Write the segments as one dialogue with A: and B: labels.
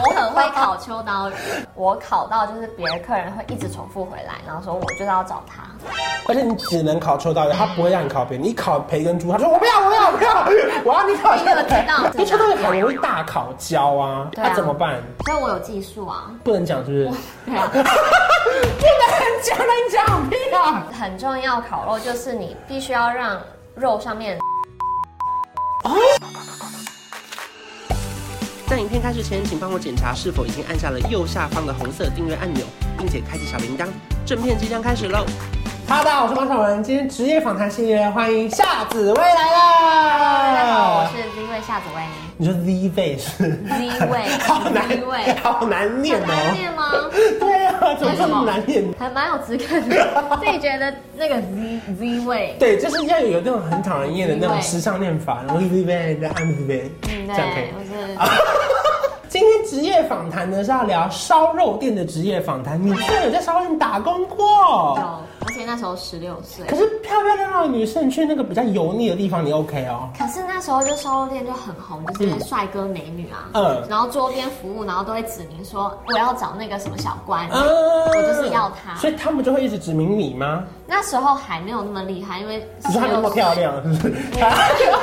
A: 我很会烤秋刀鱼，我烤到就是别的客人会一直重复回来，然后说我就是要找他。
B: 而且你只能烤臭豆鱼，他不会让你烤别的。你烤培根猪，他说我不要，我不要，我 不要，我要你烤
A: 你怎么知 道
B: 因为臭豆鱼很容易大烤焦啊，
A: 对
B: 那、
A: 啊
B: 怎么办？
A: 所以我有技术啊，
B: 不能讲是不是？
A: 对 啊
B: 不能讲，能讲屁啊！
A: 很重要。烤肉就是你必须要让肉上面
C: 在影片开始前，请帮我检查是否已经按下了右下方的红色订阅按钮，并且开启小铃铛。正片即将开始喽！
B: 哈喽，大家好，我是王小文，今天职业访谈系列欢迎夏紫薇来啦！
A: 大家好，我是 Z 位夏紫薇。
B: 你说 Z 位是
A: Z 位
B: 好难
A: Z 位
B: 好难念
A: 很难
B: 哦。
A: 念吗？
B: 对啊，怎么这么难念？
A: 还蛮有质感 的，自己觉得那个 Z Z 位，
B: 对，就是要有那种很讨人厌的那种
A: 对
B: 时尚念法，然后 Z 位的 M Z 位，
A: 嗯，
B: 这样可以
A: 对，
B: 吗。
A: 我是
B: 今天职业访谈呢是要聊烧肉店的职业访谈，你居然有在烧肉店打工过？
A: 有，而且那时候十六岁
B: 可。是漂漂亮亮的女生去那个比较油腻的地方，你 OK 哦？
A: 可是那时候就烧肉店就很红，就是帅哥美女啊，
B: 嗯
A: 然后桌边服务，然后都会指明说我要找那个什么小官，
B: 嗯，
A: 我就是要她
B: 所以他们就会一直指明你吗？
A: 那时候还没有那么厉害，因为
B: 只是她没那么漂亮，是不是？她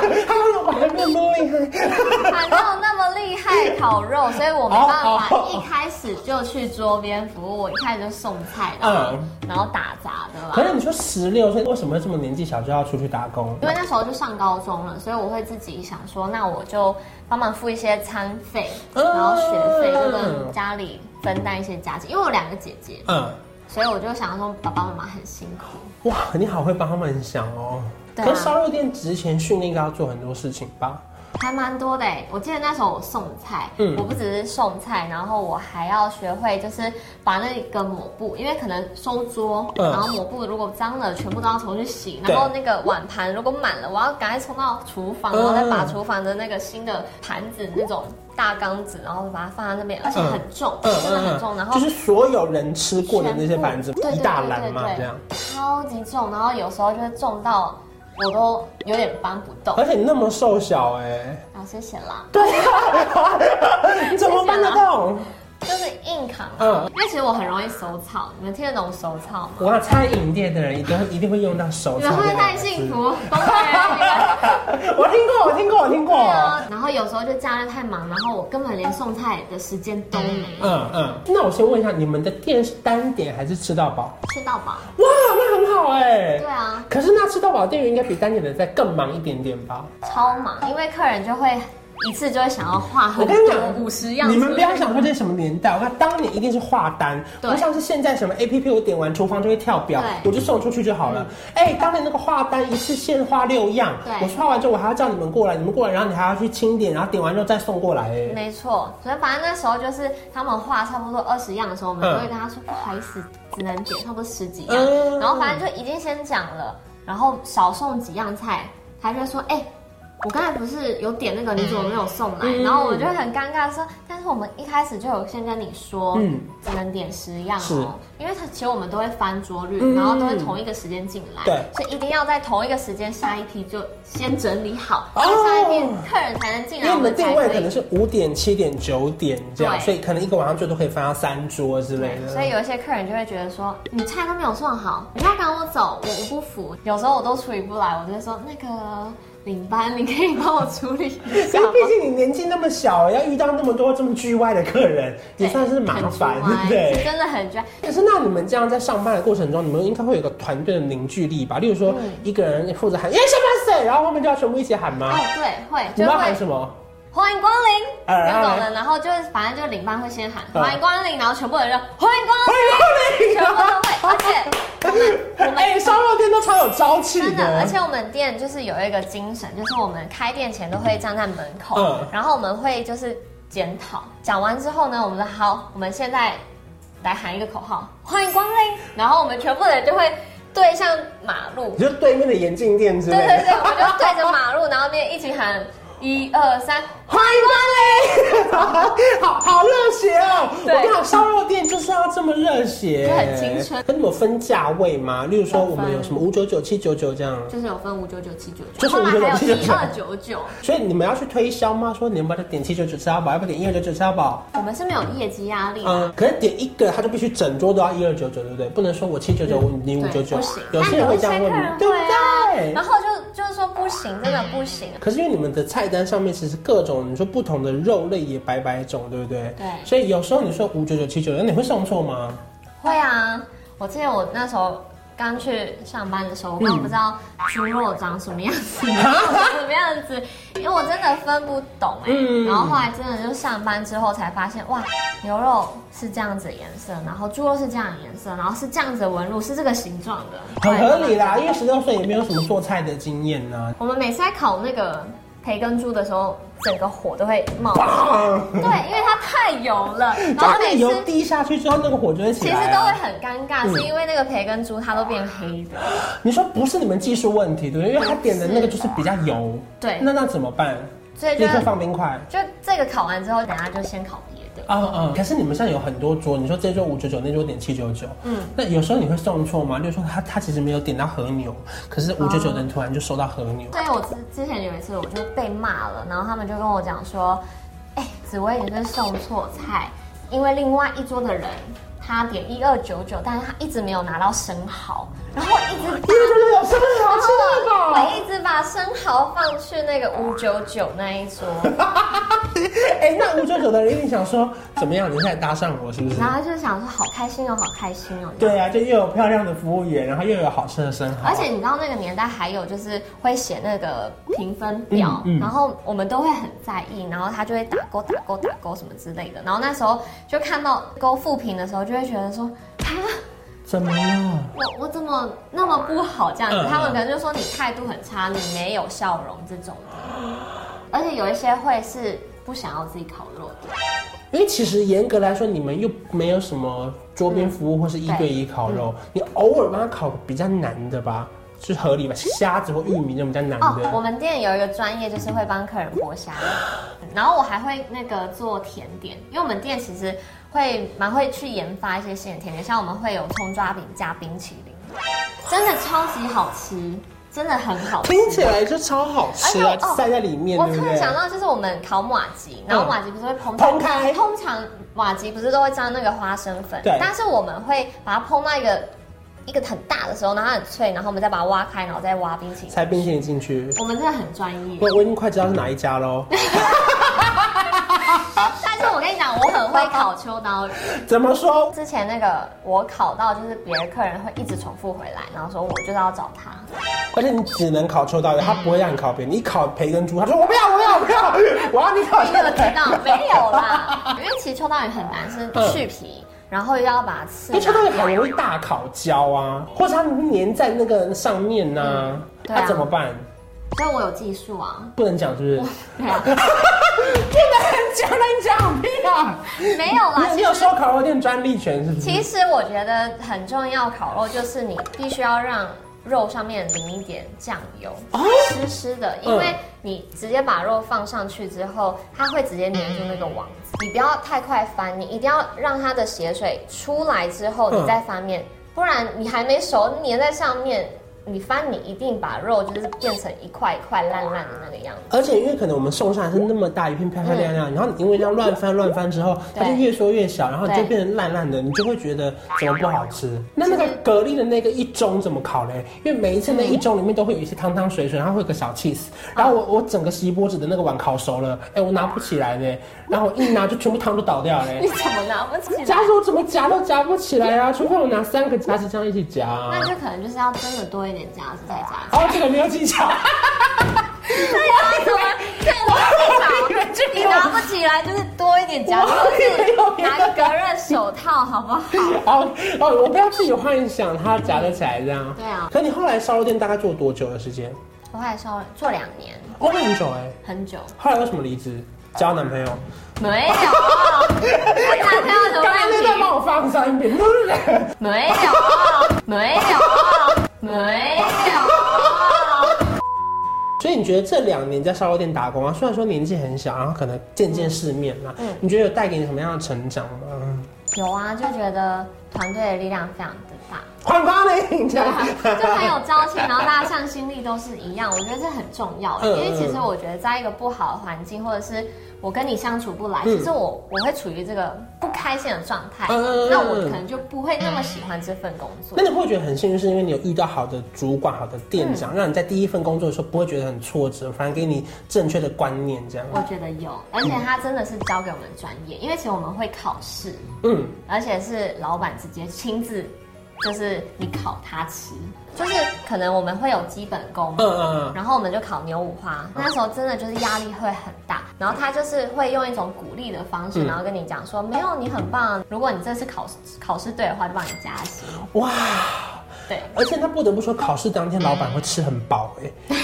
B: 们还没有那么厉害。
A: 还没有那么厉害烤肉，所以我没办法
B: 哦哦
A: 一开始就去桌边服务，我一开始就送菜的，
B: 嗯
A: 然后打杂的啊
B: 可
A: 啦。
B: 是你说十六岁，为什么会这么年纪小就要出去打工？
A: 因为那时候就上高中了，所以我会自己想说，那我就帮忙付一些餐费，
B: 嗯
A: 然后学费，就跟家里分担一些家计。因为我有两个姐姐，
B: 嗯，
A: 所以我就想说，爸爸妈妈很辛苦。
B: 哇，你好会帮他们想哦。
A: 对啊
B: 可是烧肉店职前训练应该要做很多事情吧？
A: 还蛮多的欸我记得那时候我送菜，
B: 嗯
A: 我不只是送菜，然后我还要学会就是把那个抹布，因为可能收桌，
B: 嗯
A: 然后抹布如果脏了，全部都要重新洗，
B: 对
A: 然后那个碗盘如果满了，我要赶快冲到厨房，
B: 嗯
A: 然后再把厨房的那个新的盘子那种大缸子，然后把它放在那
B: 嗯
A: 边，而且很重，真的很重，然后
B: 就是所有人吃过的那些盘子
A: 全部对
B: 一
A: 对
B: 大篮嘛
A: 对，对
B: 这样。
A: 超级重，然后有时候就是重到我都有点搬不动
B: 而。且你那么瘦小哎、
A: 啊，谢谢啦。
B: 对啊， 怎么办得
A: 啊
B: 动？
A: 就是硬扛、
B: 嗯
A: 嗯，因为其实我很容易手草，你们听得懂手草吗？
B: 我要餐饮店的人一定一定会用到手
A: 你
B: 抄
A: 们会不会
B: 这两个
A: 太
B: 字
A: 幸福，东北人你们。
B: 我听过，我听过，我听过
A: 对。啊，然后有时候就假日太忙，然后我根本连送菜的时间都没
B: 嗯嗯，那我先问一下，你们的店是单点还是吃到饱？
A: 吃到饱。
B: 哇，那很好哎、
A: 对啊，
B: 可是那吃到饱店员应该比单点的再更忙一点点吧？
A: 超忙，因为客人就会一次就会想要画
B: 我
A: 很
B: 跟你
A: 多
B: 讲，
A: 五十样，
B: 你们不要想说这是什么年代，我看当年一定是画单，
A: 对
B: 不像是现在什么 A P P 我点完厨房就会跳表，
A: 对嗯
B: 我就送出去就好了。哎、当年那个画单一次限画六样，
A: 对
B: 我画完之后我还要叫你们过来，你们过来，然后你还要去清点，然后点完之后再送过来，哎，
A: 没错，所以反正那时候就是他们画差不多二十样的时候，我们
B: 嗯
A: 就会跟他说不好意思，只能点差不多十几样，
B: 嗯
A: 然后反正就已经先讲了，然后少送几样菜，他就说哎。我刚才不是有点那个，你怎么没有送来？
B: 嗯
A: 然后我就很尴尬地说，但是我们一开始就有先跟你说，
B: 嗯
A: 只能点十样
B: 是
A: 哦，因为它其实我们都会翻桌率，
B: 嗯
A: 然后都会同一个时间进来，
B: 对
A: 所以一定要在同一个时间下一批就先整理好，
B: 哦
A: 然后下一批客人才能进
B: 因
A: 来，我
B: 为你们
A: 们才
B: 定位
A: 可
B: 可
A: 以
B: 能是五点、七点、九点这样，
A: 对
B: 所以可能一个晚上最多可以翻到三桌之类
A: 对，
B: 的。
A: 所以有一些客人就会觉得说，你菜都没有送好，你要赶我走，我我不服。有时候我都处理不来，我就会说那个领班，你可以帮我处理一下
B: 因为
A: 吗
B: 毕？竟你年纪那么小，要遇到那么多这么巨歪的客人，也算是麻烦，
A: 很
B: 对
A: 拽
B: 不对？
A: 真的很拽。
B: 可是，那你们这样在上班的过程中，你们应该会有一个团队的凝聚力吧？例如说，
A: 嗯
B: 一个人负责喊“耶哎什么谁”，然后后面就要全部一起喊吗
A: 哦？，对，会
B: 你
A: 就
B: 们要喊
A: 会
B: 什么？
A: 欢迎光临，
B: 哎哎哎
A: 那种的，然后就是反正就领班会先喊
B: 嗯
A: 欢迎光临，然后全部人就欢迎光
B: 欢
A: 临，
B: 迎
A: 全部
B: 光
A: 都会，而且。
B: 临！哎，烧肉店都超有朝气
A: 真的，而
B: 的
A: 且。我们店就是有一个精神，就是我们开店前都会站在门口，
B: 嗯
A: 然后我们会就是检讨，讲完之后呢，我们说好，我们现在来喊一个口号，欢迎光 临，然后我们全部人就会对向马 路，
B: 你就对面的眼镜店之
A: 对
B: 类
A: 对对，
B: 的，
A: 我们就对着马路，然后面一起喊一二三，
B: 欢迎光临！好好热血哦！我跟你讲，烧肉店就是要这么热血，
A: 就很青春
B: 那你们有分价位吗？例如说，
A: 有分
B: 我们有什么五九九、七九九这样。
A: 就是有分五九九、七九九，
B: 就是
A: 后来还有
B: 599
A: 一二九九，
B: 所以你们要去推销吗？说你们要点七九九吃到饱，要不点一二九九吃到饱？
A: 我们是没有业绩压力的。
B: 嗯，可是点一个他就必须整桌都要一二九九，对不对？不能说我七九九，你五九
A: 嗯对
B: 九
A: 不行，
B: 有些人会这样
A: 但
B: 问
A: 有一些客人会啊
B: 你，对不
A: 然
B: 对？
A: 后就就是说不行，真的不行。
B: 可是因为你们的菜单上面其实各种你说不同的肉类也百百种，对不对？
A: 对
B: 所以有时候你说五九九七九九，你会送错吗？
A: 会啊，我记得我那时候刚去上班的时候，我根
B: 嗯
A: 本不知道猪肉长什么样子，什么样子，因为我真的分不懂哎、
B: 嗯
A: 然后后来真的就上班之后才发现，哇，牛肉是这样子的颜色，然后猪肉是这样的颜色，然后是这样子的纹路，是这个形状的，
B: 很合理啦，因为十六岁也没有什么做菜的经验啊呐、
A: 我们每次在烤那个培根猪的时候，整个火都会冒出来。
B: 啊。
A: 对，因为它太油 了，然
B: 把
A: 后
B: 那个
A: 每
B: 油
A: 次
B: 滴下去之后，那个火就会起
A: 其
B: 来
A: 实
B: 啊、
A: 都会很尴尬，
B: 嗯
A: 是因为那个培根猪它都变黑的。
B: 你说不是你们技术问题，对不对？因为他点的那个就是比较油。
A: 对
B: 那那怎么办？
A: 所以就
B: 立刻放冰块。
A: 就这个烤完之后，等下就先烤别的。
B: 啊啊！可是你们现在有很多桌，你说这桌五九九，那桌点七九九，嗯
A: 嗯，
B: 那有时候你会送错吗？例如说他他其实没有点到和牛，可
A: 啊
B: 是五九九的人突然就收到和牛，
A: 所以我之之前有一次我就被骂了，然后他们就跟我讲说，哎、紫薇你是送错菜，因为另外一桌的人。他点一二九九，但是他一直没有拿到生蚝，然后我一 直
B: 一九九有生蚝吃
A: 然后
B: 到饱。
A: 我一直把生蚝放去那个五九九那一桌，
B: 哎，那五九九的人一定想说怎么样？你现在搭上我是不是？
A: 然后他就想说好开心哦，好开心哦。
B: 对啊，就又有漂亮的服务员，然后又有好吃的生蚝，
A: 而且你知道那个年代还有就是会写那个评分表，
B: 嗯嗯
A: 然后我们都会很在意，然后他就会打勾打勾打勾什么之类的。然后那时候就看到勾负评的时候，就会觉得说啊，
B: 怎么了？
A: 我我怎么那么不好这样
B: 嗯
A: 子
B: 嗯？
A: 他们可能就说你态度很差，你没有笑容这种的。而且有一些会是不想要自己烤肉的，
B: 因为其实严格来说，你们又没有什么桌边服务或是一对一烤肉，
A: 嗯
B: 你偶尔帮他烤比较难的吧，是合理吧？虾子或玉米那种比较难
A: 哦，
B: 的。
A: 我们店有一个专业就是会帮客人剥虾，然后我还会那个做甜点，因为我们店其实会蛮会去研发一些新的甜点，像我们会有葱抓饼加冰淇淋，真的超级好吃，真的很好吃。
B: 听起来就超好吃啊
A: 而且我，哦
B: 塞在里面，
A: 我
B: 对
A: 突
B: 不
A: 然
B: 对？
A: 想到，就是我们烤马吉，然后马吉不是会蓬
B: 蓬开
A: 通常马吉不是都会沾那个花生粉，
B: 对
A: 但是我们会把它蓬到一个一个很大的时候，然后它很脆，然后我们再把它挖开，然后再挖冰淇淋。
B: 塞冰淇淋进去，
A: 我们真的很专业。
B: 我我已经快知道是哪一家喽。
A: 但是我跟你讲，我很会烤秋刀鱼。
B: 怎么说？
A: 之前那个我烤到，就是别的客人会一直重复回来，然后说我就是要找他。
B: 而且你只能烤臭到的，他不会让你烤别人。你烤培根猪，他说我不要，我不要，我不要，我要你烤
A: 你
B: 臭
A: 怎么知
B: 的。
A: 道？没有啦，因为其实秋刀鱼很难是去皮，然后又要把刺
B: 因为臭
A: 拿
B: 豆
A: 掉
B: 很容易大烤焦啊，或者它粘在那个上面呐、那、
A: 对啊
B: 怎么办？
A: 所以我有技术啊。
B: 不能讲是不是？
A: 对啊，
B: 讲了你讲屁啊！
A: 没有啦。
B: 你你
A: 其
B: 有
A: 实
B: 收烤肉店专利权是不是？
A: 其实我觉得很重要，烤肉就是你必须要让肉上面淋一点酱油，湿湿的，因为你直接把肉放上去之后，它会直接粘住那个网子。你不要太快翻，你一定要让它的血水出来之后，
B: 嗯
A: 你再翻面，不然你还没熟粘在上面，你翻你一定把肉就是变成一块一块烂烂的那个样子。
B: 而且因为可能我们送上来是那么大一片漂漂亮亮，然后你因为这样乱翻乱翻之后，
A: 嗯
B: 它
A: 对
B: 就越缩越小，然后
A: 对
B: 就变成烂烂的，你就会觉得怎么不好吃？那那个
A: 其实
B: 蛤蜊的那个一盅怎么烤嘞？因为每一次那一盅里面都会有一些汤汤水水，然后会有个小 cheese，然
A: 嗯
B: 后我我整个锡箔纸的那个碗烤熟了，哎，我拿不起来
A: 嗯
B: 嘞，然后我一拿就全部汤都倒掉嘞
A: 你。怎么拿不起 来？
B: 夹子我怎么夹都夹不起来啊，除非我拿三个夹子这样一起夹、
A: 那就可能就是要真的多一点夹子再夹。
B: 哦，这个没有 技巧。
A: 对啊，对我跟你讲，你拿不起来就是多一点夹，就是拿个隔热手套，好不好？
B: 哦哦，我不要自己幻想它夹得起来这样。
A: 对啊
B: 可你后来烧肉店大概做多久的时间？
A: 我还稍微做两年，
B: 哦，那很久哎。
A: 很久
B: 后来为什么离职？交男朋友？
A: 没有，我男朋友的
B: 刚刚那段
A: 问题
B: 帮我放上一遍，不是？
A: 没有，没有，没有。
B: 所所以你觉得这两年在烧肉店打工啊，虽然说年纪很小，然后可能见见世面嘛，
A: 嗯
B: 你觉得有带给你什么样的成长吗？
A: 有啊，就觉得团队的力量非常的大，
B: 欢夸你，
A: 对
B: 这样
A: 啊， 就很有朝气，然后大家向心力都是一样，我觉得这很重要。
B: 嗯
A: 因为其实我觉得在一个不好的环境，或者是我跟你相处不来，其实我我会处于这个不开心的状态，
B: 嗯
A: 那我可能就不会那么喜欢这份工作
B: 那。你会觉得很幸运，是因为你有遇到好的主管、好的店
A: 嗯
B: 长，让你在第一份工作的时候不会觉得很挫折，反而给你正确的观念，这样。
A: 我觉得有，而且他真的是教给我们专业，因为其实我们会考试，
B: 嗯，
A: 而且是老板直接亲自，就是你烤他吃，就是可能我们会有基本功
B: 嗯，嗯
A: 然后我们就烤牛五花，那时候真的就是压力会很大，然后他就是会用一种鼓励的方式，
B: 嗯
A: 然后跟你讲说，没有你很棒，如果你这次考试考试对的话，就帮你加薪。
B: 嗯，哇！
A: 对，
B: 而且他不得不说，考试当天老板会吃很饱哎、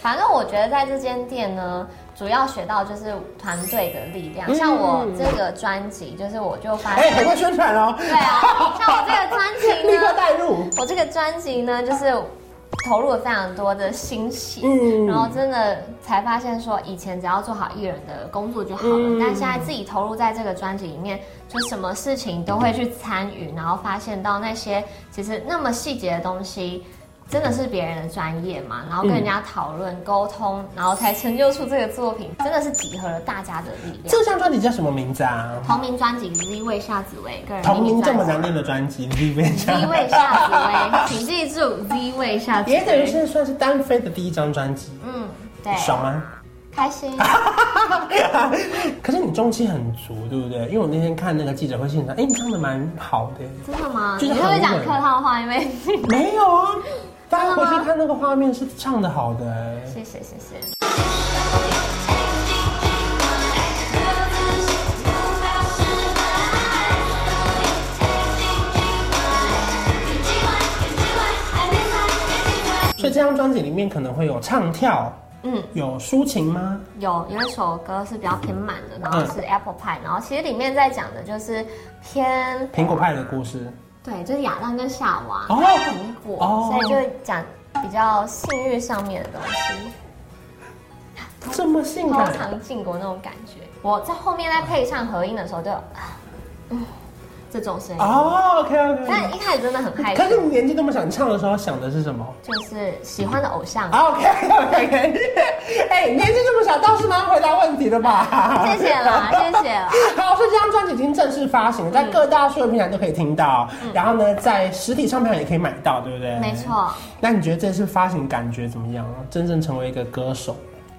A: 反正我觉得在这间店呢，主要学到就是团队的力量。
B: 嗯
A: 像我这个专辑，就是我就发
B: 哎、啊
A: 现，
B: 很会宣传哦。
A: 对啊，像我这个专辑
B: 立刻
A: 呢，
B: 带入。
A: 我这个专辑呢，就是投入了非常多的心血，
B: 嗯
A: 然后真的才发现说，以前只要做好艺人的工作就好了，
B: 嗯
A: 但现在自己投入在这个专辑里面，就什么事情都会去参与，然后发现到那些其实那么细节的东西。真的是别人的专业嘛，然后跟人家讨论、沟通，然后才成就出这个作品，真的是集合了大家的力量。
B: 这张专辑叫什么名字啊？
A: 同名专辑《Z 位夏紫薇》个人
B: 同名这么
A: 专
B: 难念的专辑，里面这样
A: ，Z 位夏紫薇，请记住 Z 位夏紫薇。
B: 也等于是算是单飞的第一张专辑，
A: 嗯，对，
B: 爽吗？
A: 开心。
B: 可是你中期很足，对不对？因为我那天看那个记者会现场，哎，你唱的蛮好的耶。
A: 真的吗？
B: 就是
A: 你会不会讲客套话？因为
B: 没有啊，大家
A: 真的
B: 回
A: 吗
B: 去看那个画面是唱的好的哎。
A: 谢谢谢谢。
B: 所以这张专辑里面可能会有唱跳，
A: 嗯，
B: 有抒情吗？
A: 有有一首歌是比较偏满的，然后是
B: 嗯
A: Apple Pie，然后其实里面在讲的就是偏
B: 苹果派的故事，
A: 对，就是亚当跟夏娃
B: 哦
A: 苹果，
B: 哦
A: 所以就讲比较性欲上面的东
B: 嗯
A: 西。
B: 这么性
A: 偷
B: 感，
A: 尝禁果那种感觉。我在后面再配上合音的时候就，啊嗯，这种声音。
B: 哦，OK OK。
A: 但一开始真的很害羞
B: 可，是你年纪那么小，你唱的时候想的是什么？
A: 就是喜欢的偶像。
B: OK OK OK，哎、年纪这么小，倒是蛮回答问题的吧？
A: 谢谢 啦，谢谢啦。
B: 好，所以这张专辑已经正式发行了，在各大数位平台都可以听到，然后呢，在实体唱片行也可以买到，对不对？
A: 嗯没。错，
B: 那你觉得这次发行感觉怎么样？啊真正成为一个歌手，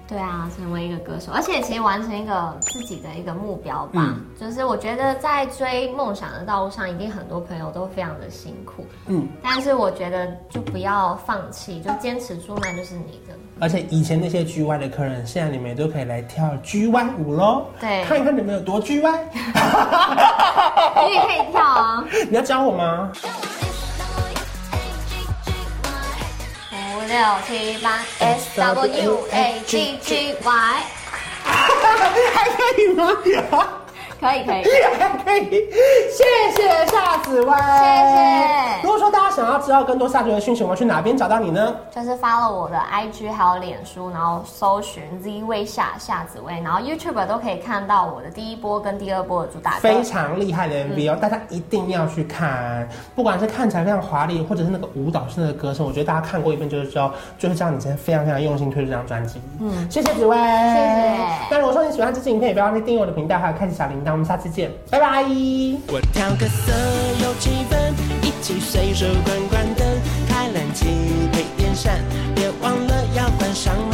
A: 对啊，成为一个歌手，而且其实完成一个自己的一个目标吧。
B: 嗯
A: 就是我觉得在追梦想的道路上，一定很多朋友都非常的辛苦，
B: 嗯，
A: 但是我觉得就不要放弃，就坚持住，那就是你 的。
B: 而且以前那些 G Y 的客人，现在你们也都可以来跳 G Y 舞喽。
A: 对
B: 看一看你们有多 G Y。
A: 你也可以跳啊！
B: 你要教我 吗？
A: 五六七八，S W A G G Y，
B: 还可以吗？
A: 可以可以。
B: 还可以，谢谢夏紫薇，
A: 谢谢
B: 如果说大家想要知道更多夏紫薇的讯息，我们要去哪边找到你呢？
A: 就是 follow 我的 IG 还有脸书，然后搜寻 Z 位夏夏紫薇，然后 YouTube 都可以看到我的第一波跟第二波的主打歌。
B: 非常厉害的 MV 哦，大家一定要去看，不管是看起来非常华丽，或者是那个舞蹈是那个歌声，我觉得大家看过一遍就是知道，就是知道你真的非常非常用心推出这张专辑。嗯，谢谢紫薇，谢
A: 谢
B: 那如果说你喜欢这支影片，也不要忘记订阅我的频道，还有开启小铃铛，我们下次见，拜拜。
C: 我调个色，有气氛，一起随手关关灯，开冷气配电扇，别忘了要关上门。